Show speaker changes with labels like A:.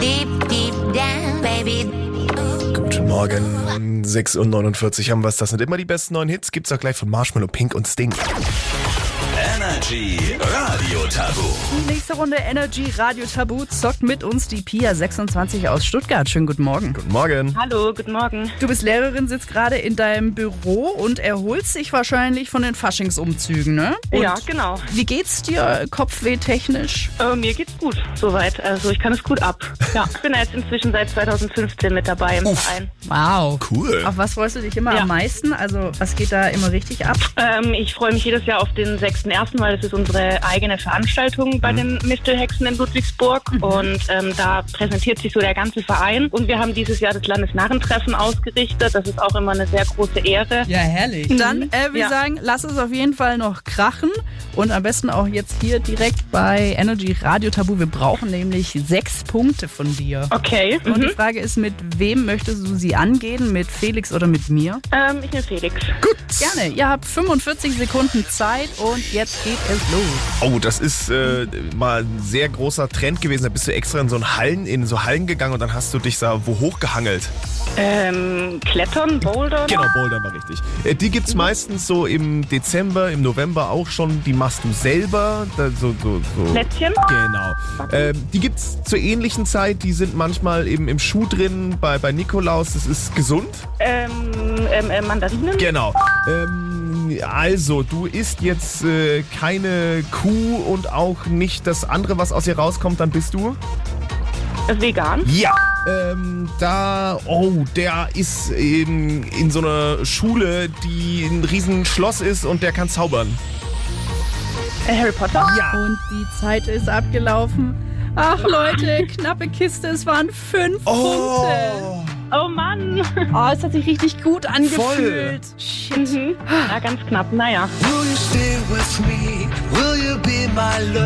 A: deep, deep down, baby.
B: Guten Morgen, 6.49 Uhr haben wir es. Das sind immer die besten neuen Hits. Gibt's auch gleich von Marshmallow Pink und Sting.
C: Energy Radio Tabu.
D: Nächste Runde Energy Radio Tabu zockt mit uns die Pia 26 aus Stuttgart. Schönen guten Morgen.
B: Guten Morgen.
E: Hallo, guten Morgen.
D: Du bist Lehrerin, sitzt gerade in deinem Büro und erholst dich wahrscheinlich von den Faschingsumzügen, ne? Und
E: ja, genau.
D: Wie geht's dir kopfweh technisch?
E: Äh, mir geht's gut soweit. Also ich kann es gut ab. Ja, ich bin ja jetzt inzwischen seit 2015 mit dabei im Verein.
D: Wow.
B: Cool.
D: Auf was freust du dich immer
E: Ja.
D: am meisten? Also was geht da immer richtig ab?
E: Ähm, ich freue mich jedes Jahr auf den 6.1., weil das ist unsere eigene Veranstaltung bei den Mistelhexen in Ludwigsburg. Und ähm, da präsentiert sich so der ganze Verein. Und wir haben dieses Jahr das Landesnarrentreffen ausgerichtet. Das ist auch immer eine sehr große Ehre.
D: Ja, herrlich. Dann, äh, wir
E: Ja.
D: sagen, lass es auf jeden Fall noch krachen und am besten auch jetzt hier direkt bei Energy Radio Tabu. Wir brauchen nämlich sechs Punkte von dir.
E: Okay.
D: Und die
E: Mhm.
D: Frage ist, mit wem möchtest du sie angehen? Mit Felix oder mit mir?
E: Ähm, ich nehme Felix.
D: Gerne. Ihr habt 45 Sekunden Zeit und jetzt geht es los.
B: Oh, das ist äh, mal ein sehr großer Trend gewesen. Da bist du extra in so einen Hallen, in so Hallen gegangen und dann hast du dich da wo hochgehangelt.
E: Ähm, Klettern, Bouldern.
B: Genau, Bouldern war richtig. Äh, die gibt's meistens so im Dezember, im November auch schon. Die machst du selber. Da, so, so, so.
E: Plätzchen.
B: Genau. Ähm, die gibt's zur ähnlichen Zeit. Die sind manchmal eben im Schuh drin bei, bei Nikolaus. Das ist gesund.
E: Ähm, ähm, äh, Mandarinen.
B: Genau. Ähm, also, du isst jetzt äh, keine Kuh und auch nicht das andere, was aus ihr rauskommt, dann bist du?
E: Äh, Vegan.
B: Ja. Ähm, da, oh, der ist in, in so einer Schule, die ein riesen Schloss ist und der kann zaubern.
E: Äh, Harry Potter.
B: Ja.
D: Und die Zeit ist abgelaufen. Ach Leute, knappe Kiste, es waren fünf Punkte.
B: Oh.
E: Oh Mann.
D: Oh, es hat sich richtig gut angefühlt. Shit.
E: Mhm. Ja, ganz knapp. Naja.
C: Will you stay with me? Will you be my love?